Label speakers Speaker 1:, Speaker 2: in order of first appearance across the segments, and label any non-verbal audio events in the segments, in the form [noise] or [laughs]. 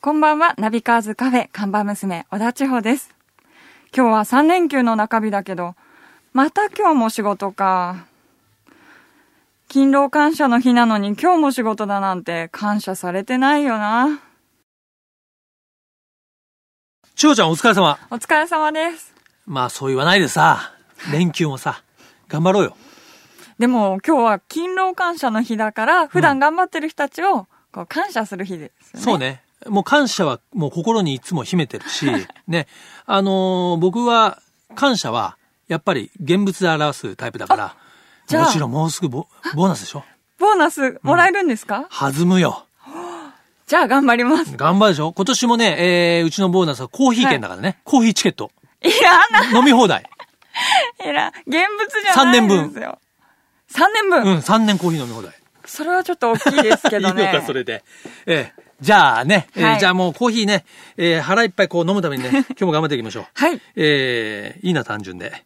Speaker 1: こんばんは、ナビカーズカフェ看板娘、小田千穂です。今日は3連休の中日だけど、また今日も仕事か。勤労感謝の日なのに今日も仕事だなんて感謝されてないよな。
Speaker 2: 千代ちゃんお疲れ様。
Speaker 1: お疲れ様です。
Speaker 2: まあそう言わないでさ、連休もさ、頑張ろうよ。
Speaker 1: でも今日は勤労感謝の日だから、普段頑張ってる人たちをこう感謝する日ですよね。
Speaker 2: そうね。もう感謝はもう心にいつも秘め
Speaker 1: [laughs]
Speaker 2: てるし、ね。あのー僕は、感謝は、やっぱり現物で表すタイプだか
Speaker 1: じゃ
Speaker 2: ら、
Speaker 1: あ
Speaker 2: もちろんもうすぐボボーナスでしょ
Speaker 1: ボーナスもらえるんですか、
Speaker 2: 弾むよ。
Speaker 1: じゃあ頑張ります。
Speaker 2: 頑張るでしょ今年もね、えー、うちのボーナスはコーヒー券だからね。コーヒーチケット。
Speaker 1: いや、な、
Speaker 2: 飲み放題。
Speaker 1: [laughs] いや、現物じゃないんですよ。3年分。
Speaker 2: うん、3年コーヒー飲み放題。
Speaker 1: それはちょっと大きいですけどね。
Speaker 2: [laughs] いいのか、それで。ええじゃあね、ええ
Speaker 1: はい
Speaker 2: じゃあもうコーヒーね、ええ腹いっぱいこう飲むた
Speaker 1: [laughs]
Speaker 2: めにね、今日も頑張っていきましょう。
Speaker 1: はい。
Speaker 2: ええいいな、単純で。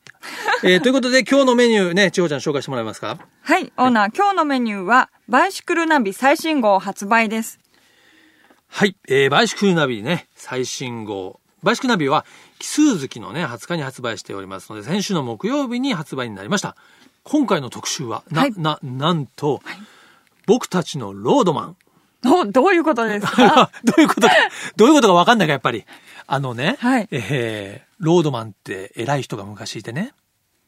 Speaker 2: ええということで、今日のメニューね、千穂ちゃん紹介してもらえますか
Speaker 1: はい、オーナー、今日のメニューは、バイシクルナビ最新号発売です。
Speaker 2: はい。えー、バイシクルナビね、最新号。バイシクルナビは、奇数月のね、20日に発売しておりますので、先週の木曜日に発売になりました。今回の特集は、な、
Speaker 1: はい
Speaker 2: な、なんと、僕たちのロードマン。
Speaker 1: ど、どういうことですか
Speaker 2: [laughs] どういうことか、どういうことか分かんないか、やっぱり。あのね、
Speaker 1: はい
Speaker 2: えーロードマンって偉い人が昔いてね。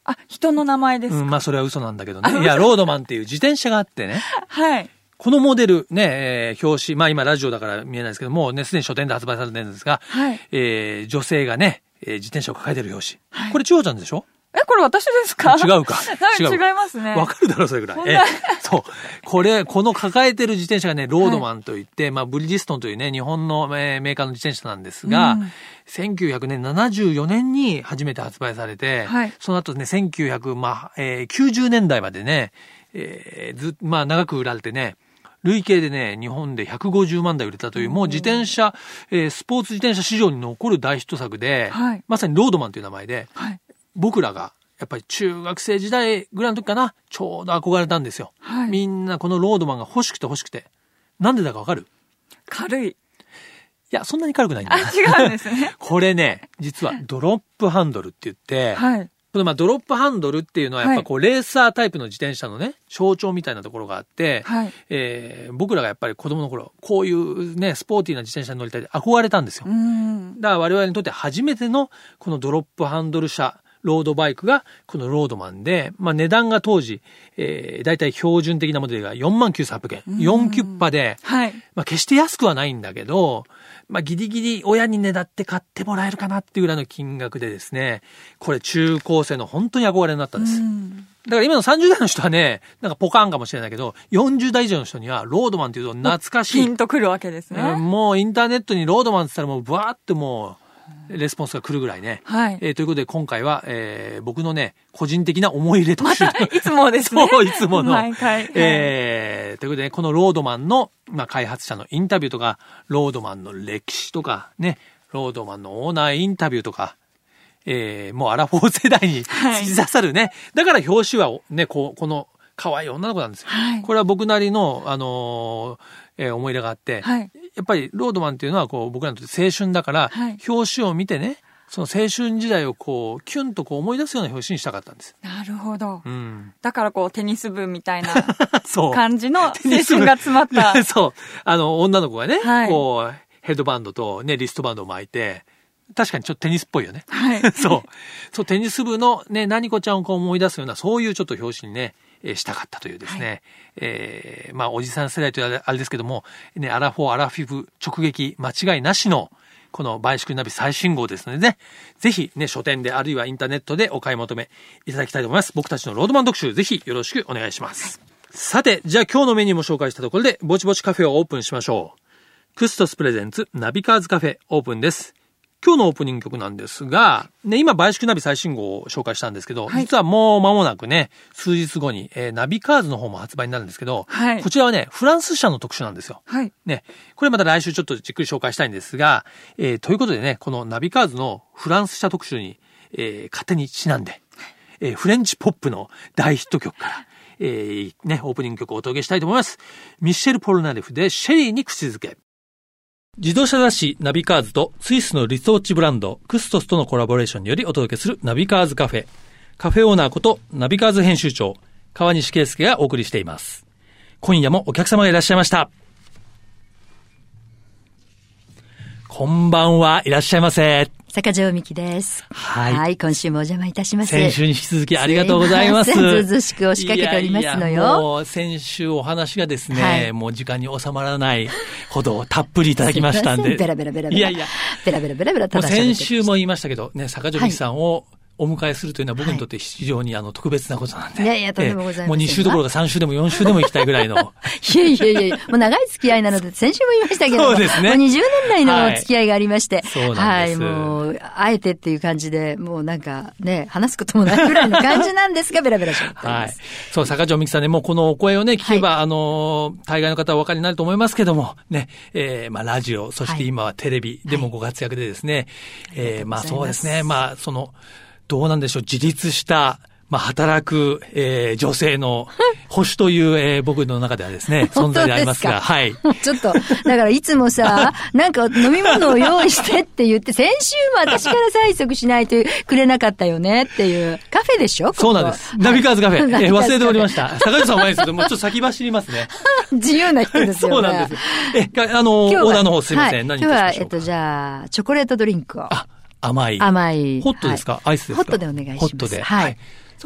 Speaker 1: あ、人の名前です。
Speaker 2: うん、まあそれは嘘なんだけど
Speaker 1: あ
Speaker 2: ね。いや、ロードマンっていう自転車があってね。
Speaker 1: はい。
Speaker 2: このモデル、ね、えー表紙、まあ今ラジオだから見えないですけど、もうね、すでに書店で発売されてるんですが、
Speaker 1: はい
Speaker 2: えー女性がね、えー自転車を抱えてる表紙。これ、千代ちゃんでしょ
Speaker 1: え、これ私ですか
Speaker 2: 違うか
Speaker 1: [laughs] はい
Speaker 2: 違
Speaker 1: 違
Speaker 2: う
Speaker 1: いますね。
Speaker 2: わかるだろ、それぐらい。ええそう。これ、この抱えてる自転車がね、ロードマンといって、まあ、ブリヂストンというね、日本の、えーメーカーの自転車なんですが、
Speaker 1: うん
Speaker 2: 1974年74年に初めて発売されて、
Speaker 1: はい
Speaker 2: その後ね、1990、まあえー90年代までね、えーず、まあ、長く売られてね、累計でね、日本で150万台売れたという、もう自転車、えースポーツ自転車市場に残る大ヒット作で、
Speaker 1: はい
Speaker 2: まさにロードマンという名前で、
Speaker 1: はい。
Speaker 2: 僕らが、やっぱり中学生時代ぐらいの時かな、ちょうど憧れたんですよ。
Speaker 1: はい
Speaker 2: みんなこのロードマンが欲しくて欲しくて。なんでだかわかる
Speaker 1: 軽
Speaker 2: [laughs]
Speaker 1: い。
Speaker 2: いや、そんなに軽くないんだ
Speaker 1: あ、
Speaker 2: よ。
Speaker 1: 違うんですね
Speaker 2: [laughs] これね、実はドロップハンドルって言って、
Speaker 1: はい。
Speaker 2: このまあドロップハンドルっていうのはやっぱこうレーサータイプの自転車のね、象徴みたいなところがあって、
Speaker 1: はい
Speaker 2: えー僕らがやっぱり子供の頃、こういうね、スポーティーな自転車に乗りたいって憧れたんですよ
Speaker 1: う。ん。
Speaker 2: だから我々にとって初めてのこのドロップハンドル車、ロードバイクがこのロードマンで、まあ値段が当時、えー、大体標準的なモデルが49,800円。4キュッパで、
Speaker 1: はい。
Speaker 2: まあ決して安くはないんだけど、まあギリギリ親にねだって買ってもらえるかなっていうぐらいの金額でですね、これ中高生の本当に憧れになったん
Speaker 1: う
Speaker 2: です。
Speaker 1: ん。
Speaker 2: だから今の30代の人はね、なんかポカンかもしれないけど、40代以上の人にはロードマンっていうと懐かしい
Speaker 1: ピンとくるわけですね。
Speaker 2: うんもうインターネットにロードマンって言ったらもうバーってもうレスポンスが来るぐらいね。
Speaker 1: はい
Speaker 2: えーということで今回は、えー僕のね、個人的な思い入れ特
Speaker 1: ま
Speaker 2: 集
Speaker 1: た、 [laughs] いつもですね
Speaker 2: [laughs] 。そういつもの。
Speaker 1: 毎回。
Speaker 2: えーということで、ね、このロードマンの、まあ、開発者のインタビューとか、ロードマンの歴史とか、ね、ロードマンのオーナーインタビューとか、えーもうアラフォー世代に
Speaker 1: はい
Speaker 2: 突き刺さるね。だから表紙はお、ね、こう、この、可愛い女の子なんですよ。
Speaker 1: はい
Speaker 2: これは僕なりの、あのーえー思い入れがあって、
Speaker 1: はい
Speaker 2: やっぱりロードマンっていうのはこう僕らにとって青春だから、
Speaker 1: はい
Speaker 2: 表紙を見てね、その青春時代をこう、キュンとこう思い出すような表紙にしたかったんです。
Speaker 1: なるほど。
Speaker 2: うん。
Speaker 1: だからこう、テニス部みたいな
Speaker 2: [laughs] そう。
Speaker 1: 感じの青
Speaker 2: [laughs] テニス部。
Speaker 1: 春が詰まった
Speaker 2: [laughs] そう。あの、女の子がね、
Speaker 1: はい
Speaker 2: こう、ヘッドバンドとね、リストバンドを巻いて、確かにちょっとテニスっぽいよね。
Speaker 1: はい
Speaker 2: [laughs] そう。そう、テニス部のね、何子ちゃんをこう思い出すような、そういうちょっと表紙にね、えーしたかったというですね、えーまあ、おじさん世代というあれあれですけども、ね、アラフォー、アラフィフ直撃間違いなしの、このバイシクルナビ最新号ですのでね、ぜひね、書店であるいはインターネットでお買い求めいただきたいと思います。僕たちのロードマン特集、ぜひよろしくお願いします。さて、じゃあ今日のメニューも紹介したところで、ぼちぼちカフェをオープンしましょう。クストスプレゼンツナビカーズカフェオープンです。今日のオープニング曲なんですが、ね、今、バイシクナビ最新号を紹介したんですけど、
Speaker 1: はい
Speaker 2: 実はもう間もなくね、数日後に、えーナビカーズの方も発売になるんですけど、
Speaker 1: はい
Speaker 2: こちらはね、フランス社の特集なんですよ。
Speaker 1: はい。
Speaker 2: ね、これまた来週ちょっとじっくり紹介したいんですが、えーということでね、このナビカーズのフランス社特集に、えー勝手にちなんで、えーフレンチポップの大ヒット曲から、えーね、オープニング曲をお届けしたいと思います。ミッシェル・ポルナレフでシェリーに口づけ。自動車雑誌ナビカーズとスイスのリソーチブランドクストスとのコラボレーションによりお届けするナビカーズカフェ。カフェオーナーことナビカーズ編集長川西圭介がお送りしています。今夜もお客様がいらっしゃいました。こんばんはいらっしゃいませ。
Speaker 3: 坂上美希です。
Speaker 2: はい
Speaker 3: 今週もお邪魔いたします。
Speaker 2: 先週に引き続きありがとうございます。
Speaker 3: すいませんずうずうしく押しかけておりますのよ
Speaker 2: いやいやもう先週お話がですね、
Speaker 3: はい
Speaker 2: もう時間に収まらないほどたっぷりいただきましたん
Speaker 3: すい
Speaker 2: で。
Speaker 3: ませベラベラベラベラ。
Speaker 2: いやいや。
Speaker 3: ベラベラベラベラ
Speaker 2: も
Speaker 3: た
Speaker 2: う
Speaker 3: だ喋って
Speaker 2: 先週も言いましたけど、ね、坂上美希さんをお迎えするというのは僕にとって非常にあの特別なことなんで。
Speaker 3: いやいやとんでもございません
Speaker 2: もう2週どころか3週でも4週でも行きたいぐらいの。
Speaker 3: いやいやいやいや、もう長い付き合いなので、先週も言いましたけども、
Speaker 2: そうですね
Speaker 3: もう20年来
Speaker 2: は
Speaker 3: の
Speaker 2: い
Speaker 3: 付き合いがありまして、
Speaker 2: そうなんです
Speaker 3: はい、もう、あえてっていう感じで、もうなんかね、話すこともないぐらいの感じなんですが、ベラベラ喋っており
Speaker 2: は
Speaker 3: ま
Speaker 2: い
Speaker 3: す。。
Speaker 2: そう、坂上美希さんね、もうこのお声をね、聞けば、あのー、大概の方はお分かりになると思いますけども、ね、えー、まあ、ラジオ、そして今はテレビでもご活躍でですね、えー、まあ、
Speaker 3: ありがとう
Speaker 2: そう
Speaker 3: ござ
Speaker 2: で
Speaker 3: います
Speaker 2: すね、まあ、その、どうなんでしょう、自立した、まあ、働く、えー、女性
Speaker 3: [laughs]
Speaker 2: の保守という、えー、僕の中ではですね、存在でありますが、は
Speaker 3: 本当
Speaker 2: い
Speaker 3: です。か [laughs] ちょっと、だからいつもさ、なんか飲み物を用意してって言って、先週も私から催促しないとくれなかったよねっていう、カフェでしょここ
Speaker 2: そうなんです。ナビカーズカフェ、
Speaker 3: ナビ
Speaker 2: えー
Speaker 3: カーズカフェ
Speaker 2: 忘れておりました。坂上さん前ですけど、もうちょっと先走ります
Speaker 3: [laughs]
Speaker 2: ね。
Speaker 3: [laughs] 自由な人です
Speaker 2: [laughs] そ
Speaker 3: よね。
Speaker 2: うなんです。え、かあのー、オ
Speaker 3: 今日は
Speaker 2: ーダーの方すいません。
Speaker 3: は
Speaker 2: 何
Speaker 3: い
Speaker 2: い
Speaker 3: 今日
Speaker 2: た
Speaker 3: は、
Speaker 2: し
Speaker 3: え
Speaker 2: ましょ
Speaker 3: っ
Speaker 2: うか
Speaker 3: と、じゃあ、チョコレートドリンクを。
Speaker 2: あ、甘い。
Speaker 3: 甘い。
Speaker 2: ホットですか、アイスですか
Speaker 3: ホットでお願いします。
Speaker 2: ホットで。
Speaker 3: はい。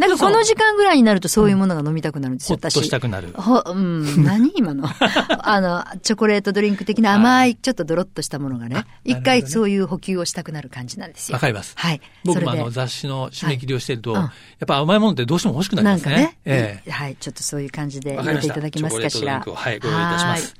Speaker 3: なんかこの時間ぐらいになるとそういうものが飲みたくなるんです
Speaker 2: ホ
Speaker 3: よ、
Speaker 2: ッと
Speaker 3: 私。
Speaker 2: したくなる。
Speaker 3: ほ、うん、何今の。 [laughs] あの、チョコレートドリンク的な甘い、ちょっとドロッとしたものがね、一回そういう補給をしたくなる感じなんですよ。
Speaker 2: わかります。
Speaker 3: はい。
Speaker 2: 僕
Speaker 3: それ
Speaker 2: もあ
Speaker 3: で
Speaker 2: の雑誌の締め切りをしてると、
Speaker 3: はいうん
Speaker 2: やっぱ甘いものってどうしても欲しくなり
Speaker 3: な
Speaker 2: ま
Speaker 3: ん
Speaker 2: す
Speaker 3: か
Speaker 2: ね。
Speaker 3: ね、
Speaker 2: ええ
Speaker 3: はい、ちょっとそういう感じで
Speaker 2: わ
Speaker 3: 入
Speaker 2: かりま
Speaker 3: れて
Speaker 2: し
Speaker 3: い
Speaker 2: た。
Speaker 3: ただけますかし
Speaker 2: チョコレー
Speaker 3: ら
Speaker 2: トドリンクを。はい、ご用意いたします。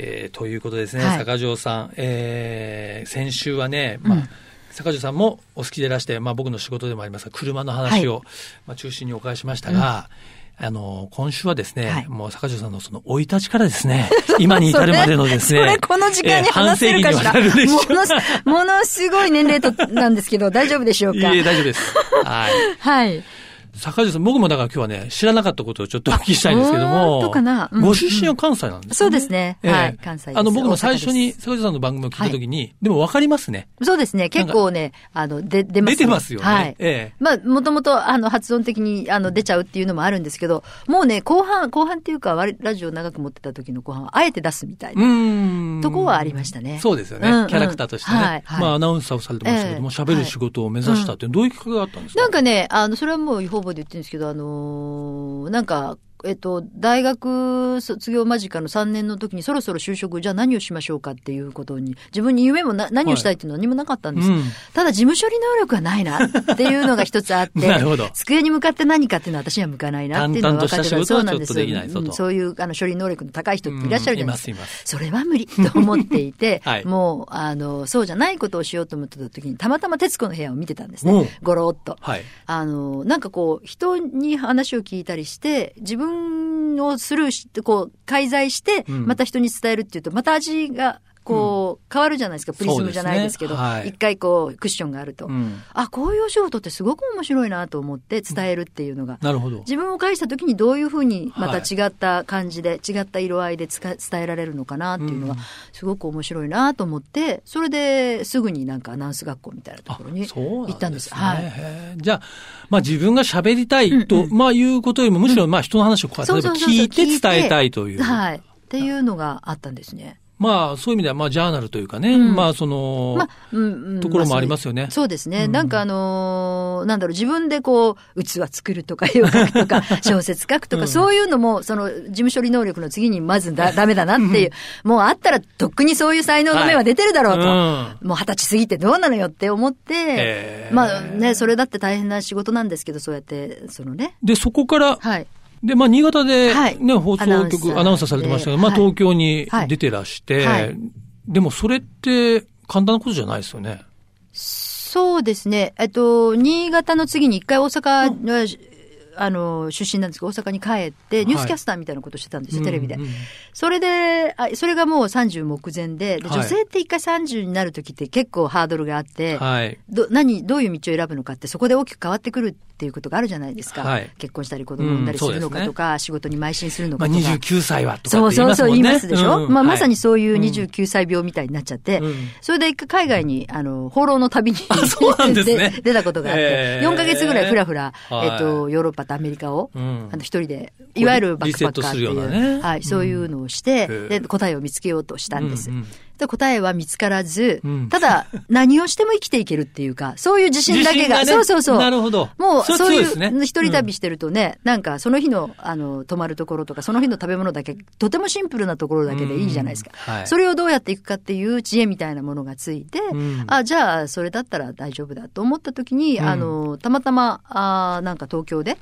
Speaker 2: えーということでですね、
Speaker 3: はい
Speaker 2: 坂上さん、えー先週はね、まあ、坂上さんもお好きでいらして、まあ僕の仕事でもありますが、車の話を、まあ中心にお伺いしましたが、あの、今週はですね、
Speaker 3: はい
Speaker 2: もう坂上さんのその生い立ちからですね、 [laughs] 今に至るまでのですね、
Speaker 3: それこの時間に話せるかしら。
Speaker 2: えー半世紀にわたるでしょう
Speaker 3: ものすものすごい年齢となんですけど、大丈夫でしょうか。
Speaker 2: いいえ、大丈夫です。はい。
Speaker 3: はい。
Speaker 2: 坂上さん、僕もだから今日はね、知らなかったことをちょっとお聞きしたいんですけども、
Speaker 3: あ本当かなうん
Speaker 2: ご出身は関西なんです
Speaker 3: そ
Speaker 2: よ
Speaker 3: うですね。
Speaker 2: ええ
Speaker 3: はい。関西です
Speaker 2: あの、僕も最初
Speaker 3: 大阪
Speaker 2: に
Speaker 3: です
Speaker 2: 坂上さんの番組を聞いたときに、でも分かりますね。
Speaker 3: そうですね。結構ね、あの、で、出ます、
Speaker 2: 出てますよね
Speaker 3: はい。
Speaker 2: ええ
Speaker 3: まあ、もともと、あの、発音的に、あの、出ちゃうっていうのもあるんですけど、もうね、後半、後半っていうか、我々ラジオ長く持ってた時の後半は、あえて出すみたいな。
Speaker 2: うん
Speaker 3: とこはありましたね
Speaker 2: そうですよね。
Speaker 3: うんうん
Speaker 2: キャラクターとしてね。
Speaker 3: はいはい
Speaker 2: まあ、アナウンサーをされてましたけども、
Speaker 3: ええ
Speaker 2: 喋、る仕事を目指したって、どういうきっかけがあったんですか
Speaker 3: なんかね、あの、それはもう方々で言ってるんですけど、あのーなんか、えっと、大学卒業間近の3年の時にそろそろ就職、じゃあ何をしましょうかっていうことに、自分に夢もな、何をしたいっていうのは何もなかったんです。
Speaker 2: うん
Speaker 3: ただ事務処理能力がないなっていうのが一つあっ
Speaker 2: [laughs]
Speaker 3: て、
Speaker 2: なるほど
Speaker 3: 机に向かって何かっていうのは私には向かないなっていうのが分かって
Speaker 2: 淡々とした仕事は
Speaker 3: そうなんで
Speaker 2: ち
Speaker 3: す
Speaker 2: ょっとできないぞと
Speaker 3: うんそういうあの処理能力の高い人っていらっしゃるじゃないですか。
Speaker 2: うんいますいます
Speaker 3: それは無理と思っていて、
Speaker 2: はい
Speaker 3: もう、あの、そうじゃないことをしようと思
Speaker 2: [laughs]
Speaker 3: ってた時に、たまたま徹子の部屋を見てたんです
Speaker 2: おう
Speaker 3: ね。ごろーっと。
Speaker 2: はい。
Speaker 3: あの、なんかこう、人に話を聞いたりして、自分をスルーして、こう、介在して、
Speaker 2: うん
Speaker 3: また人に伝えるっていうと、また味が、こう、変わるじゃないですか。プリズムじゃないですけど、
Speaker 2: そう
Speaker 3: 一、
Speaker 2: ですねはい
Speaker 3: 回こう、クッションがあると。
Speaker 2: うん
Speaker 3: あ、こういうお仕事ってすごく面白いなと思って伝えるっていうのが。
Speaker 2: なるほど。
Speaker 3: 自分を介した時にどういうふうにまた
Speaker 2: はい
Speaker 3: 違った感じで、違った色合いでつか伝えられるのかなっていうの
Speaker 2: う
Speaker 3: が
Speaker 2: ん
Speaker 3: すごく面白いなと思ってそれですぐになんかアナウンス学校みたいなところに
Speaker 2: そうなん
Speaker 3: 行ったんです。
Speaker 2: ね
Speaker 3: はい、
Speaker 2: へえじゃあ、まあ自分が喋りたいと、
Speaker 3: うん
Speaker 2: まあいうことよりも、むしろまあ人の話をこうやって
Speaker 3: そうそうそうそう
Speaker 2: 聞いて伝えたいという。
Speaker 3: はい。っていうのがあったんですね。
Speaker 2: まあそういう意味では、まあジャーナルというかね、
Speaker 3: うん
Speaker 2: まあその、
Speaker 3: まあ、うんうん。
Speaker 2: ところもありますよね
Speaker 3: あそうそうですね。
Speaker 2: うん
Speaker 3: なんかあのーなんだろう、自分でこう、器作るとか、絵を描く
Speaker 2: [laughs]
Speaker 3: とか、小説書くとか、そういうのも、その、事務処理能力の次にまずだ、ダメだなっていう、もうあったら、とっくにそういう才能の目は出てるだろうと。
Speaker 2: う
Speaker 3: もう二十歳過ぎてどうなのよって思っ
Speaker 2: え
Speaker 3: て、
Speaker 2: ー
Speaker 3: まあね、それだって大変な仕事なんですけど、そうやって、そのね、
Speaker 2: ん。で、そこから、
Speaker 3: はい。
Speaker 2: で、まあ、新潟で、ね、
Speaker 3: はい
Speaker 2: 放
Speaker 3: アナウ
Speaker 2: 送
Speaker 3: ンサー
Speaker 2: 局、
Speaker 3: で
Speaker 2: アナウンサーされてましたけど、まあ、
Speaker 3: はい
Speaker 2: 東京に
Speaker 3: はい
Speaker 2: 出てらして、
Speaker 3: はい
Speaker 2: でも、それって、簡単なことじゃないですよね。
Speaker 3: そうですね。えっと、新潟の次に一回大阪、あの、出身なんですけど、大阪に帰って、ニュースキャスターみたいなことしてたんですよ、テレビで。それで、あそれがもう30目前で、で
Speaker 2: はい
Speaker 3: 女性って一回30になる時って結構ハードルがあって、
Speaker 2: はい。
Speaker 3: ど何どういう道を選ぶのかってそこで大きく変わってくるっていうことがあるじゃないですか、
Speaker 2: はい
Speaker 3: 結婚したり子供産んだりするの
Speaker 2: うんそうです
Speaker 3: か
Speaker 2: ね
Speaker 3: とか、仕事に邁進するの
Speaker 2: ま
Speaker 3: か
Speaker 2: あ、
Speaker 3: とか、
Speaker 2: 29歳はとか
Speaker 3: そう
Speaker 2: って言い
Speaker 3: そう
Speaker 2: ます
Speaker 3: そう
Speaker 2: もん
Speaker 3: 言い
Speaker 2: ね。
Speaker 3: ますでしょ、
Speaker 2: うん
Speaker 3: まあ、まさに
Speaker 2: はい
Speaker 3: そういう29歳病みたいになっちゃって、
Speaker 2: うん
Speaker 3: それで一回海外にあの放浪の旅に
Speaker 2: そうなんですね
Speaker 3: で出たことがあって
Speaker 2: へ、ー
Speaker 3: 4ヶ月ぐらいふらふら、
Speaker 2: はい
Speaker 3: えっとヨーロッパとアメリカを、
Speaker 2: うん
Speaker 3: あの一人でいわゆるバックパッカーっていう
Speaker 2: リセットするようなね
Speaker 3: はい、そういうのをして、
Speaker 2: うん
Speaker 3: で答えを見つけようとしたんです。
Speaker 2: うんうん
Speaker 3: で答えは見つからず、
Speaker 2: うん
Speaker 3: ただ何をしても生きていけるっていうかそういう自信だけが
Speaker 2: 自信がね
Speaker 3: そうそうそう
Speaker 2: なるほど
Speaker 3: もう
Speaker 2: それ
Speaker 3: そうい
Speaker 2: 強いですね
Speaker 3: う一人旅してるとね、なんかその日のあの泊まるところとかその日の食べ物だけとてもシンプルなところだけでいいじゃないですか、
Speaker 2: うんはい
Speaker 3: それをどうやっていくかっていう知恵みたいなものがついて、
Speaker 2: ん
Speaker 3: あじゃあそれだったら大丈夫だと思った時に、
Speaker 2: ん
Speaker 3: あのたまたまあなんか東京で、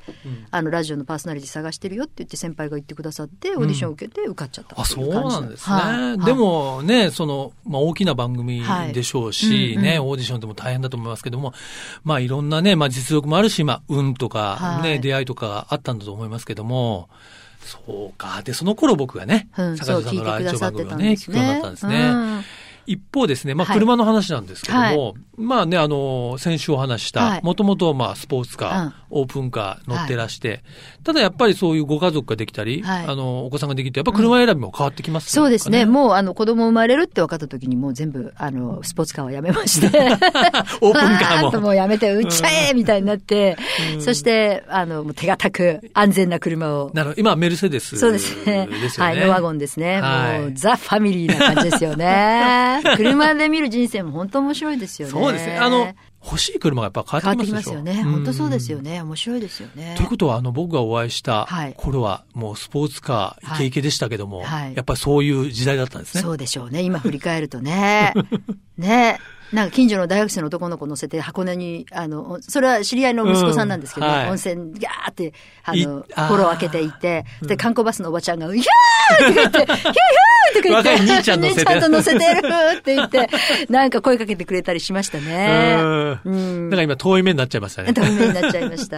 Speaker 3: あのラジオのパーソナリティ探してるよって言って先輩が言ってくださってオーディションを受けて受かっちゃった
Speaker 2: あ
Speaker 3: って
Speaker 2: そ
Speaker 3: いうう感
Speaker 2: な
Speaker 3: じ
Speaker 2: んです
Speaker 3: は
Speaker 2: ね。
Speaker 3: い
Speaker 2: でもね、その、まあ、大きな番組でしょう
Speaker 3: はい
Speaker 2: し、
Speaker 3: うんうん
Speaker 2: ね、オーディションでも大変だと思いますけども、まあ、いろんなね、まあ、実力もあるし、まあ、運とか、ね、
Speaker 3: はい
Speaker 2: 出会いとかあったんだと思いますけども、そうか。で、その頃僕がね、坂
Speaker 3: うん、そ
Speaker 2: 下さん
Speaker 3: う聞い
Speaker 2: の
Speaker 3: て
Speaker 2: ラ
Speaker 3: く
Speaker 2: ジ
Speaker 3: だ
Speaker 2: オ
Speaker 3: さっ
Speaker 2: 番組
Speaker 3: て
Speaker 2: を
Speaker 3: たん
Speaker 2: ね、
Speaker 3: です
Speaker 2: 聞くようにな
Speaker 3: ね
Speaker 2: ったんです
Speaker 3: う
Speaker 2: ね。
Speaker 3: ん
Speaker 2: 一方ですね、まあ、
Speaker 3: はい
Speaker 2: 車の話なんですけども、まあね、あの、先週お話しし
Speaker 3: は
Speaker 2: た
Speaker 3: い、
Speaker 2: もともとまあ、スポーツカー、
Speaker 3: うん
Speaker 2: オープンカー乗ってらして、ただやっぱりそういうご家族ができたり、
Speaker 3: はい
Speaker 2: あの、お子さんができると、やっぱ車選びも変わってきますよ
Speaker 3: そうです
Speaker 2: な
Speaker 3: ね。
Speaker 2: んか
Speaker 3: もう、あの、子供生まれるって分かった時に、もう全部、あの、スポーツカーはやめまし
Speaker 2: [laughs]
Speaker 3: て。
Speaker 2: オープンカー
Speaker 3: [laughs] わ
Speaker 2: も
Speaker 3: ともうやめて、売っちゃえみたいになって、そして、あの、もう手堅く、安全な車を。
Speaker 2: なるほど今、メルセデス、
Speaker 3: そうですね。
Speaker 2: ですよ
Speaker 3: [laughs] はい、ノワゴンですね。
Speaker 2: はい
Speaker 3: もう、ザ・ファミリーな感じです
Speaker 2: [laughs]
Speaker 3: よね。車で見る人生も本当面白いですよね。
Speaker 2: そうですね。あの、欲しい車がやっぱ変
Speaker 3: 変わ
Speaker 2: わって
Speaker 3: っ
Speaker 2: て
Speaker 3: き
Speaker 2: き
Speaker 3: ま
Speaker 2: ますす
Speaker 3: よ
Speaker 2: よ
Speaker 3: ね。本当そうですよ
Speaker 2: ね。
Speaker 3: ね。面白いですよね
Speaker 2: という。ことは、あの、僕がお会いした
Speaker 3: はい
Speaker 2: 頃は、もうスポーツカーイケイケでしたけども、
Speaker 3: はい
Speaker 2: やっぱりそういう時代だったんですね。
Speaker 3: そうでしょうね。今振り返る
Speaker 2: [laughs]
Speaker 3: とね。ね。なんか近所の大学生の男の子乗せて箱根に、あの、それは知り合いの息子さんなんですけど、
Speaker 2: うんはい
Speaker 3: 温泉ガーって、あ
Speaker 2: い
Speaker 3: の、
Speaker 2: あー
Speaker 3: 心を開けていて、で、観光バスのおばちゃんが、ヒャーって
Speaker 2: [laughs]
Speaker 3: 言って、ヒューヒューとか言って、
Speaker 2: 若い兄ちゃん乗せて
Speaker 3: 兄ちゃんと乗せてるって言って、なんか声かけてくれたりしましたね。
Speaker 2: う
Speaker 3: うん
Speaker 2: ん。だから今、遠い目になっちゃいましたね。
Speaker 3: ダメになっちゃいました。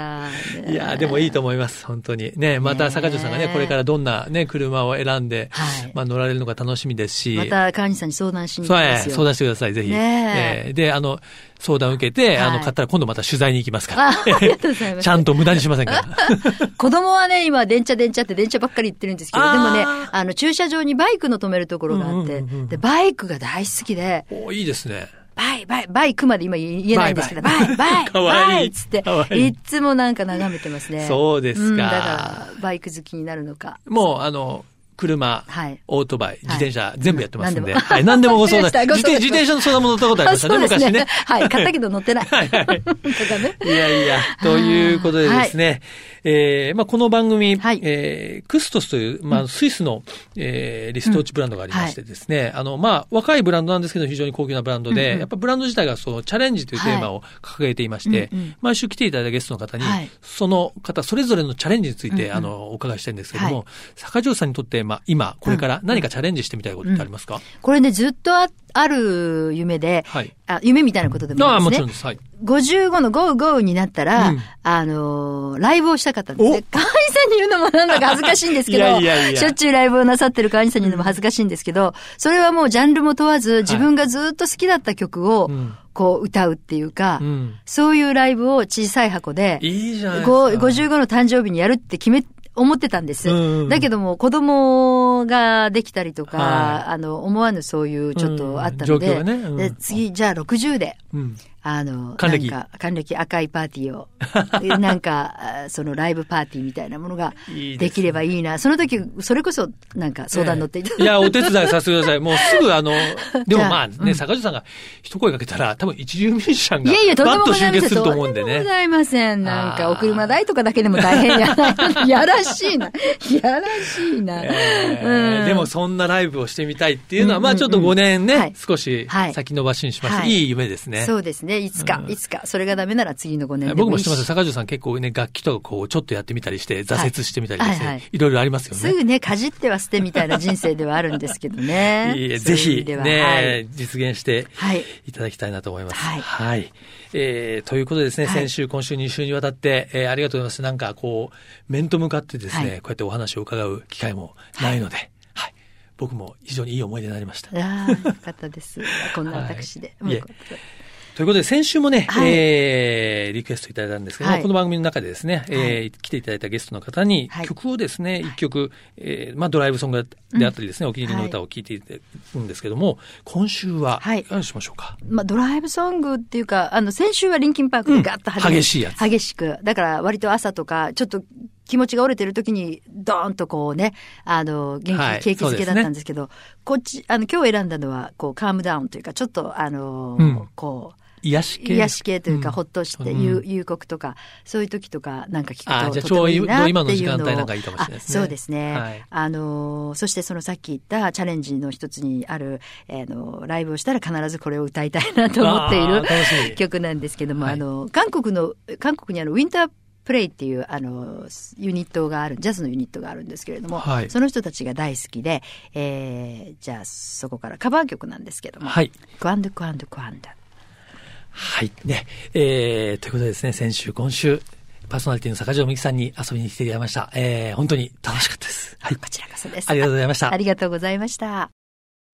Speaker 2: いやーでもいいと思います、本当に。ね、また坂上さんがね、これからどんなね、車を選んで、
Speaker 3: はい
Speaker 2: まあ乗られるのか楽しみですし。
Speaker 3: また川西さんに相談しに行き
Speaker 2: そう、え
Speaker 3: ま
Speaker 2: え
Speaker 3: すよ。
Speaker 2: 相談してください、ぜひ。
Speaker 3: ね
Speaker 2: え
Speaker 3: え
Speaker 2: えで、あの、相談を受けて、あ
Speaker 3: は
Speaker 2: の、
Speaker 3: い
Speaker 2: 買ったら今度また取材に行きますか
Speaker 3: あ
Speaker 2: ら。
Speaker 3: ありがとうございま
Speaker 2: [laughs]
Speaker 3: す
Speaker 2: ちゃんと無駄にしませんから。
Speaker 3: 子供はね、今、電車電車って電車ばっかり言ってるんですけど、
Speaker 2: あー
Speaker 3: でもね、あの、駐車場にバイクの止めるところがあって、
Speaker 2: うんうんうんうん
Speaker 3: で、バイクが大好きで、
Speaker 2: おいいですね。
Speaker 3: バイ、バイ、バイクまで今言えないんですけど、バ
Speaker 2: バ
Speaker 3: イ、バ
Speaker 2: [laughs]
Speaker 3: イ、
Speaker 2: か
Speaker 3: バ
Speaker 2: わいい
Speaker 3: イっつって
Speaker 2: かわ、いい
Speaker 3: いっつもなんか眺めてますね。
Speaker 2: そうですか
Speaker 3: んだから、バイク好きになるのか。
Speaker 2: もう、あの、車、
Speaker 3: はい
Speaker 2: オートバイ、自転車、全部やってますんで。
Speaker 3: 何でも
Speaker 2: はい、何でもご相談。
Speaker 3: わか
Speaker 2: 自
Speaker 3: りました
Speaker 2: 転自転車の相談も乗ったことありましたね、
Speaker 3: あそうで
Speaker 2: 昔
Speaker 3: す
Speaker 2: ね。
Speaker 3: はい、買ったけど乗ってない。
Speaker 2: [laughs] はいはいはい
Speaker 3: とかね。
Speaker 2: いやいや、ということでですね、えーまあ、この番組、
Speaker 3: はい
Speaker 2: えークストスという、まあ、スイスの、えーリストーチブランドがありましてですね、あの、まあ、若いブランドなんですけど、非常に高級なブランドで、
Speaker 3: うんうん
Speaker 2: やっぱブランド自体がそのチャレンジというテーマを掲げていまして、
Speaker 3: うんうん
Speaker 2: 毎週来ていただいたゲストの方に、
Speaker 3: はい
Speaker 2: その方、それぞれのチャレンジについて、
Speaker 3: うんうん
Speaker 2: あの、お伺いしたいんですけども、
Speaker 3: は
Speaker 2: 坂上さんにとって、まあ、今、これから何かチャレンジしてみたいことってありますか、
Speaker 3: これね、ずっとあある夢で、
Speaker 2: はい。
Speaker 3: あ、夢みたいなことでも
Speaker 2: あ
Speaker 3: い
Speaker 2: あ、
Speaker 3: い
Speaker 2: も
Speaker 3: で
Speaker 2: ち
Speaker 3: す
Speaker 2: ろん
Speaker 3: ね。
Speaker 2: です。はい。
Speaker 3: 55のゴーゴーになったら、
Speaker 2: うん
Speaker 3: あのーライブをしたかったんですね。川西さんに言うのもなんだか恥ずかしいんですけど、
Speaker 2: いやいやいや
Speaker 3: しょっちゅうライブをなさってる川西さんに言うのも恥ずかしいんですけど、それはもうジャンルも問わず、自分がずっと好きだった曲を、
Speaker 2: うん
Speaker 3: こう歌うっていうか、
Speaker 2: うん。
Speaker 3: そういうライブを小さい箱で、
Speaker 2: いいじゃないですか。
Speaker 3: ご55の誕生日にやるって決め、思ってたんです。
Speaker 2: うんうん
Speaker 3: だけども、子供ができたりとか、
Speaker 2: はい
Speaker 3: あの、思わぬそういうちょっとあったので、
Speaker 2: うん状況がねうん
Speaker 3: で次、じゃあ60で、
Speaker 2: うん。
Speaker 3: あの、
Speaker 2: 還暦
Speaker 3: なんか、還暦赤いパーティーを、なんか、 [laughs] あそのライブパーティーみたいなものが
Speaker 2: いいですね
Speaker 3: できればいいな。その時、それこそ、なんか相談乗っていただいて
Speaker 2: いや、お手伝いさせてください。もうすぐ
Speaker 3: [laughs]
Speaker 2: あの、でもまあね、
Speaker 3: うん
Speaker 2: 坂上さんが一声かけたら、多分一流ミュージシャンが、
Speaker 3: いやいや、とん
Speaker 2: バ
Speaker 3: でも
Speaker 2: ッ
Speaker 3: ご
Speaker 2: と
Speaker 3: ざ
Speaker 2: 集
Speaker 3: いま
Speaker 2: 結
Speaker 3: せん。
Speaker 2: すると思うん
Speaker 3: と
Speaker 2: で
Speaker 3: んでもご
Speaker 2: ね。
Speaker 3: ざいません。なんか、
Speaker 2: あー
Speaker 3: お車代とかだけでも大変
Speaker 2: [laughs]
Speaker 3: やな。やらしいな。やらしいな。
Speaker 2: え
Speaker 3: うん
Speaker 2: ーでもそんなライブをしてみたいっていうのは、
Speaker 3: うん
Speaker 2: まあちょっと5年
Speaker 3: うんうんはい
Speaker 2: ね、少し
Speaker 3: はい
Speaker 2: 先延ばしにしまし
Speaker 3: は
Speaker 2: た。
Speaker 3: い
Speaker 2: いい夢ですね。ね。
Speaker 3: そうですね。いつか、
Speaker 2: うん
Speaker 3: いつか。それがダメなら次の5年で
Speaker 2: 僕
Speaker 3: も
Speaker 2: も
Speaker 3: い
Speaker 2: 知っ
Speaker 3: いして
Speaker 2: ます。坂上さん結構ね、楽器とかこう、ちょっとやってみたりして、挫折してみたりですね。
Speaker 3: は
Speaker 2: い
Speaker 3: いはいはい
Speaker 2: ろいろありますよ
Speaker 3: す
Speaker 2: ね。
Speaker 3: ぐね、かじっては捨てみたいな人生ではあるんですけどね。
Speaker 2: [laughs] いいえ
Speaker 3: そ
Speaker 2: ぜ
Speaker 3: ういう意
Speaker 2: ひ
Speaker 3: 味、では
Speaker 2: ね、
Speaker 3: はい
Speaker 2: 実現して
Speaker 3: はい。
Speaker 2: いただきたいなと思います。
Speaker 3: はい
Speaker 2: えーということでですね、
Speaker 3: はい
Speaker 2: 先週、今週、2週にわたって、えーありがとうございます。なんか、こう、面と向かってですね、
Speaker 3: はい
Speaker 2: こうやってお話を伺う機会もないので、はい、僕も非常にいい思い出になりました。
Speaker 3: ああ、よかっ
Speaker 2: [laughs]
Speaker 3: たです。こんな私で。
Speaker 2: はい
Speaker 3: もうよかった
Speaker 2: ということで、先週もね、
Speaker 3: はい
Speaker 2: えーリクエストいただいたんですけども、
Speaker 3: はい
Speaker 2: この番組の中でですね、えー来ていただいたゲストの方に
Speaker 3: はい
Speaker 2: 曲をですね、一、曲、えーまあ、ドライブソングであったりですね、お気に入りの歌を聴いていただくんですけども、今週は、
Speaker 3: はい
Speaker 2: いかがにしましょうか。
Speaker 3: まあ、ドライブソングっていうか、あの、先週はリンキンパークでガッと始め
Speaker 2: うん激しいやつ
Speaker 3: 激しく。だから、割と朝とか、ちょっと気持ちが折れてる時に、ドーンとこうね、あの、元気、
Speaker 2: はい
Speaker 3: 景気
Speaker 2: そ
Speaker 3: づけだっ
Speaker 2: うです
Speaker 3: たん
Speaker 2: ね
Speaker 3: ですけど、こっち、あの、今日選んだのは、こう、カームダウンというか、ちょっと、あの、
Speaker 2: うん
Speaker 3: こう、
Speaker 2: 癒し系
Speaker 3: 癒し系というか、
Speaker 2: ん
Speaker 3: ほっとして、
Speaker 2: うん
Speaker 3: ゆ夕刻とか、そういう時とか、なんか聞
Speaker 2: あじゃ
Speaker 3: くと、
Speaker 2: あ
Speaker 3: とてもいいなっていうの
Speaker 2: ちょうど今
Speaker 3: を
Speaker 2: の時間帯なんかいいかもしれないですね
Speaker 3: あそうですね。
Speaker 2: はい
Speaker 3: あのー、そしてそのさっき言ったチャレンジの一つにある、えーの、ライブをしたら必ずこれを歌いたいなと思ってい
Speaker 2: あー楽し
Speaker 3: る
Speaker 2: み
Speaker 3: [laughs] 曲なんですけども、
Speaker 2: はい
Speaker 3: あの、韓国の、韓国にあの、ウィンタープレイっていう、あの、ユニットがある、ジャズのユニットがあるんですけれども、
Speaker 2: はい
Speaker 3: その人たちが大好きで、えーじゃあそこからカバー曲なんですけども、
Speaker 2: はい。
Speaker 3: クワンドゥクワンドゥクワンダ。
Speaker 2: はい。ね。えー、ということでですね、先週、今週、パーソナリティの坂上美希さんに遊びに来ていただきました。えー、本当に楽しかったです。はい。
Speaker 3: こちらこそです。
Speaker 2: ありがとうございました
Speaker 3: あ。りがとうございました。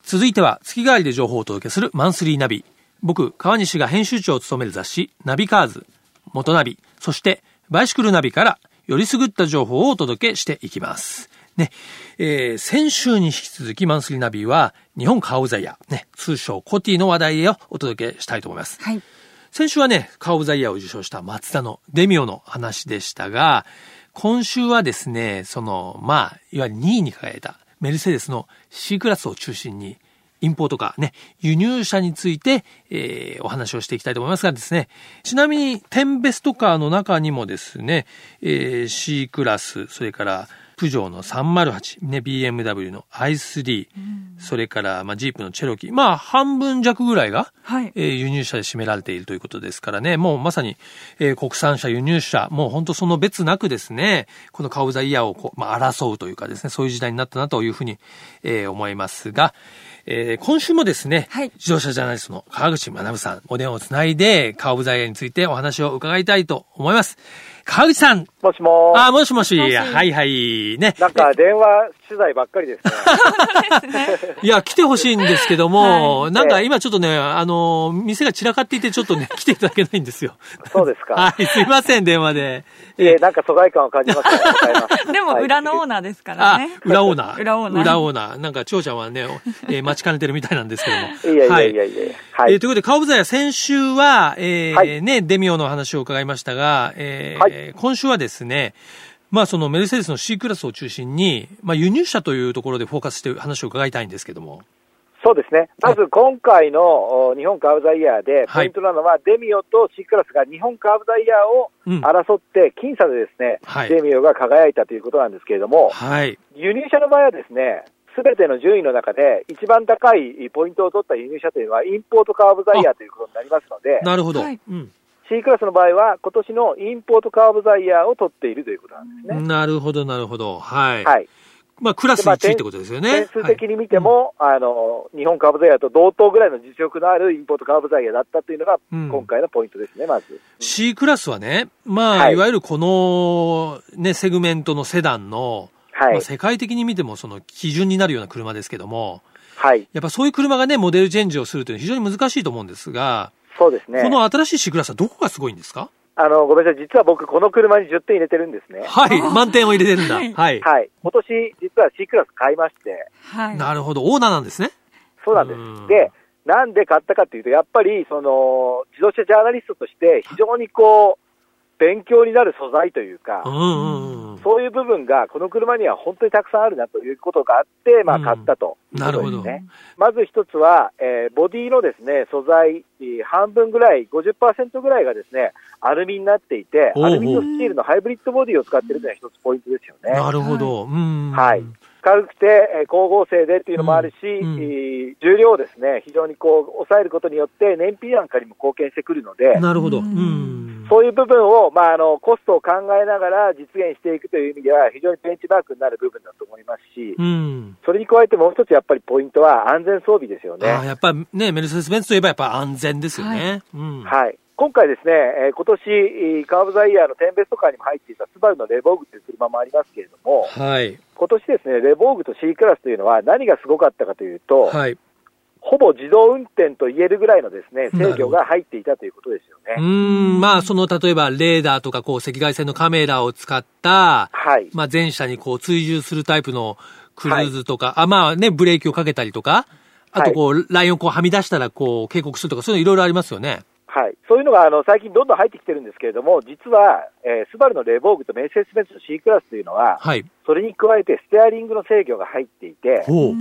Speaker 2: 続いては月替わりで情報をお届けするマンスリーナビ。僕、川西が編集長を務める雑誌、ナビカーズ、元ナビ、そしてバイシクルナビからよりすぐった情報をお届けしていきます。ね、えー先週に引き続きマンスリーナビは日本カーオブザイヤー、ね、通称コティの話題をお届けしたいと思います。
Speaker 1: はい。
Speaker 2: 先週はね、カーオブザイヤーを受賞した松田のデミオの話でしたが、今週はですね、その、まあ、いわゆる2位に輝いたメルセデスの C クラスを中心に、インポートかね、輸入車について、えーお話をしていきたいと思いますがですね、ちなみに、10ベストカーの中にもですね、えー C クラス、それから、プジョーの308、ね、BMW の i3、それから、まあ、ジープのチェロキー、まあ、半分弱ぐらいが、
Speaker 1: はい
Speaker 2: えー輸入車で占められているということですからね、もうまさに、えー国産車、輸入車、もう本当その別なくですね、このカウザイヤーをこう、まあ、争うというかですね、そういう時代になったなというふうに、えー思いますが、えー今週もですね、
Speaker 1: はい
Speaker 2: 自動車ジャーナリストの川口学さん、お電話をつないで、カウザイヤーについてお話を伺いたいと思います。川口さん
Speaker 4: もしも
Speaker 2: あー、もしもし、
Speaker 1: もしもし
Speaker 2: はいはい、ね。
Speaker 4: なんか電話取材ばっかりで
Speaker 2: [laughs]
Speaker 4: すね。
Speaker 2: いや、来てほしいんですけども、
Speaker 1: は
Speaker 2: なんか今ちょっとね、あの、店が散らかっていて、ちょっとね、来ていただけないんですよ。
Speaker 4: そうですか。
Speaker 2: はい、すいま
Speaker 4: [laughs]
Speaker 2: せん、電話で。
Speaker 4: いえ、なんか疎外感を感じますから答えます。
Speaker 1: でも、
Speaker 4: はい
Speaker 1: 裏のオーナーですから
Speaker 2: あ
Speaker 1: ね。、
Speaker 2: 裏オーナー。
Speaker 1: 裏オーナー
Speaker 2: 裏オーナー。なんか、長ちゃんはね、
Speaker 4: [laughs]
Speaker 2: えー待ちかねてるみたいなんですけども。
Speaker 4: いやいや
Speaker 2: はい
Speaker 4: やいや。はい。
Speaker 2: えーということで、カオブザイ先週は、えー
Speaker 4: はい
Speaker 2: ね、デミオの話を伺いましたが、えー
Speaker 4: はい
Speaker 2: 今週はですね、まあそのメルセデスの C クラスを中心に、まあ輸入車というところでフォーカスして話を伺いたいんですけども。
Speaker 4: そうですね。まず今回のお日本カーブザイヤーで、ポ
Speaker 2: はい
Speaker 4: イントなのは、デミオと C クラスが日本カーブザイヤ
Speaker 2: うん
Speaker 4: ーを争って、僅差でですね、
Speaker 2: はい
Speaker 4: デミオが輝いたということなんですけれども、
Speaker 2: はい。
Speaker 4: 輸入車の場合はですね、すべての順位の中で、一番高いポイントを取った輸入車というのは、インポートカーブザイヤーということになりますので、
Speaker 2: なるほど。
Speaker 1: はい
Speaker 2: うん
Speaker 4: C クラスの場合は、今年のインポートカーブザイヤーを取っているということなんですね。
Speaker 2: なるほど、なるほど。はい。
Speaker 4: はい、
Speaker 2: まあ、クラス
Speaker 4: でまあ
Speaker 2: 1位ってことですよね。
Speaker 4: 点数的に見ても、あの日本カーブザイヤーと同等ぐらいの実力のあるインポートカーブザイヤーだったというのが、
Speaker 2: うん
Speaker 4: 今回のポイントですね、まず。
Speaker 2: C クラスはね、まあ、、
Speaker 4: はいい
Speaker 2: わゆるこの、ね、セグメントのセダンの、
Speaker 4: は
Speaker 2: ま
Speaker 4: い
Speaker 2: あ、、世界的に見てもその基準になるような車ですけども、
Speaker 4: はい、
Speaker 2: やっぱそういう車がね、モデルチェンジをするというのは非常に難しいと思うんですが、
Speaker 4: そうですね
Speaker 2: この新しい C クラスはどこがすごいんですか
Speaker 4: あの。ごめんなさい、実は僕、この車に10点入れてるんですね。
Speaker 2: はい、満点を入れてるんだ。
Speaker 1: は
Speaker 2: はいい。
Speaker 4: はい、今年実は C クラス買いまして、
Speaker 1: はい。
Speaker 2: なるほど、オーナーなんですね。
Speaker 4: そうなんです。
Speaker 2: うん
Speaker 4: でなんで買ったかっていうと、やっぱりその自動車ジャーナリストとして、非常にこう、勉強になる素材というか、
Speaker 2: うんうんうん。
Speaker 4: そういう部分が、この車には本当にたくさんあるなということがあって、まあ、買ったという
Speaker 2: なる
Speaker 4: こ
Speaker 2: ほ
Speaker 4: と
Speaker 2: ど
Speaker 4: ですね。まず一つは、えーボディのですね、素材、えー半分ぐらい、50%ぐらいがですね、アルミになっていて、
Speaker 2: おうおう
Speaker 4: アルミとスチールのハイブリッドボディを使っているというのは一つポイントですよね。
Speaker 2: なるほど。うん。
Speaker 4: はい軽くて、えー光合成でっていうのもあるし、
Speaker 2: うんうん
Speaker 4: えー重量をですね、非常にこう、抑えることによって、燃費なんかにも貢献してくるので、
Speaker 2: なるほど。う
Speaker 1: うん
Speaker 2: ん。
Speaker 4: そういう部分を、まあ、あの、コストを考えながら実現していくという意味では、非常にベンチマークになる部分だと思いますし、
Speaker 2: うん。
Speaker 4: それに加えてもう一つやっぱりポイントは安全装備ですよね。
Speaker 2: ああ、やっぱりね、メルセデス・ベンツといえばやっぱ安全ですよね。うん。
Speaker 4: はい。今回ですね、えー今年、えーカーブザイヤーの10ベストカーにも入っていたスバルのレボーグという車もありますけれども、
Speaker 2: はい。
Speaker 4: 今年ですね、レボーグと C クラスというのは何がすごかったかというと、
Speaker 2: はい。
Speaker 4: ほぼ自動運転と言えるぐらいのですね、制御が入っていたということですよ
Speaker 2: うー
Speaker 4: ね。
Speaker 2: ん、まあ、その、例えば、レーダーとか、こう、赤外線のカメラを使った、
Speaker 4: はい。
Speaker 2: まあ、前車にこう、追従するタイプのクルーズとか、あ、まあね、ブレーキをかけたりとか、あと、こう、ラインをこう、はみ出したら、こう、警告するとか、そういうのいろいろありますよね。
Speaker 4: はい。そういうのが、あの、最近どんどん入ってきてるんですけれども、実は、えースバルのレボーグとメルセデス・ベンツの C クラスというのは、
Speaker 2: はい。
Speaker 4: それに加えてステアリングの制御が入っていて、
Speaker 2: ほう。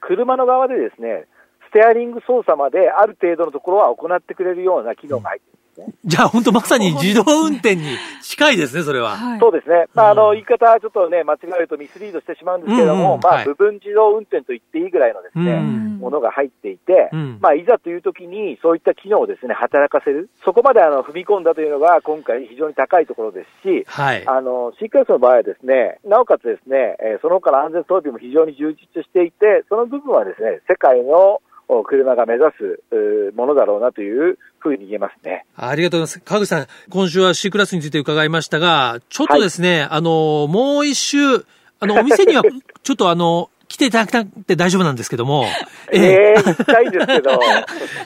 Speaker 4: 車の側でですね、ステアリング操作まである程度のところは行ってくれるような機能が入っている。
Speaker 2: じゃあ、本当まさに自動運転に近いですね、それは。
Speaker 1: はい
Speaker 4: そうですね。まあ、あ
Speaker 2: う
Speaker 4: の、
Speaker 2: ん
Speaker 4: 言い方はちょっとね、間違えるとミスリードしてしまうんですけれど
Speaker 2: うん
Speaker 4: も、
Speaker 2: うん
Speaker 4: ま
Speaker 2: は
Speaker 4: あ、
Speaker 2: い
Speaker 4: 部分自動運転と言っていいぐらいのです
Speaker 2: う
Speaker 4: ね、
Speaker 2: ん。
Speaker 4: ものが入っていて
Speaker 2: うん、
Speaker 4: まあ、いざという時にそういった機能をですね、働かせる。そこまであの、踏み込んだというのが今回非常に高いところですし、
Speaker 2: はい。
Speaker 4: あの、C クラスの場合はですね、なおかつですね、えーその他の安全装備も非常に充実していて、その部分はですね、世界のお車が目指すうーものだろうなというふうに言えますね。
Speaker 2: ありがとうございます。川口さん、今週は C クラスについて伺いましたが、ちょっとですね、あの、もう一周、あの、お店 [laughs] には、ちょっとあの、来ていただきたくて大丈夫なんですけども、え
Speaker 4: ええー、行きたいんです
Speaker 2: [laughs]
Speaker 4: けど、は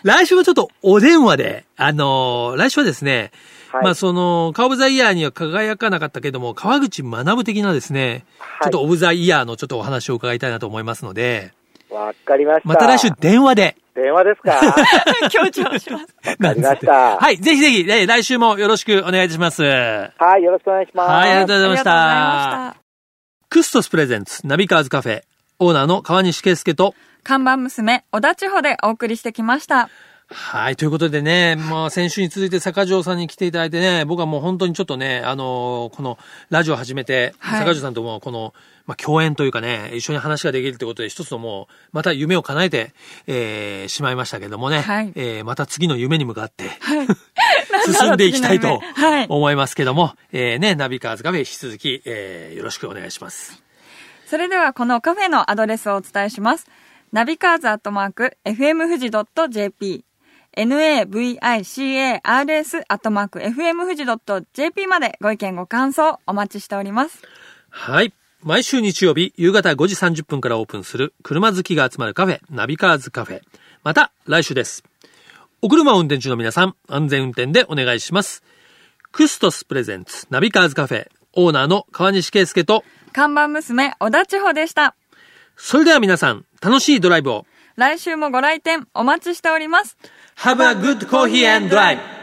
Speaker 2: 来週はちょっとお電話で、あの、来週はですね、
Speaker 4: い、
Speaker 2: まあその、カーオブザイヤーには輝かなかったけども、川口学的なですね、
Speaker 4: はい
Speaker 2: ちょっとオブザイヤーのちょっとお話を伺いたいなと思いますので、
Speaker 4: わかりました。
Speaker 2: また来週電話で、
Speaker 4: 電話ですか
Speaker 1: 強調します。
Speaker 2: なんつっ
Speaker 4: わかり
Speaker 2: て
Speaker 4: ました。
Speaker 2: はい、ぜひぜひ、え来週もよろしくお願いいたします。は
Speaker 4: はい、よろしくお願いします。
Speaker 2: い、ありがとうございました。
Speaker 1: ありがとうございました。
Speaker 2: クストスプレゼンツナビカーズカフェオーナーの川西圭介と
Speaker 1: 看板娘、小田千穂でお送りしてきました。
Speaker 2: はい。ということでね、まあ、先週に続いて坂上さんに来ていただいてね、僕はもう本当にちょっとね、あのーこの、ラジオを始めて、
Speaker 1: はい
Speaker 2: 坂上さんとも、この、まあ、共演というかね、一緒に話ができるということで、一つのもう、また夢を叶えて、えーしまいましたけどもね、
Speaker 1: はい
Speaker 2: えーまた次の夢に向かって、 [laughs]
Speaker 1: なんだろ
Speaker 2: 進
Speaker 1: うん
Speaker 2: でいきたいと
Speaker 1: 次の夢はい
Speaker 2: 思いますけども、えーね、ナビカーズカフェ引き続き、えーよろしくお願いします。
Speaker 1: それではこのカフェのアドレスをお伝えします。ナビカーズアットマーク、fm 富士 .jp、navicars アットマーク、fm 富士 .jp までご意見ご感想お待ちしております。
Speaker 2: はい。毎週日曜日、夕方5時30分からオープンする、車好きが集まるカフェ、ナビカーズカフェ。また、来週です。お車を運転中の皆さん、安全運転でお願いします。クストスプレゼンツ、ナビカーズカフェ、オーナーの川西圭介と、
Speaker 1: 看板娘、小田千穂でした。
Speaker 2: それでは皆さん、楽しいドライブを。
Speaker 1: 来週もご来店お待ちしております。
Speaker 2: Have a good coffee and drive!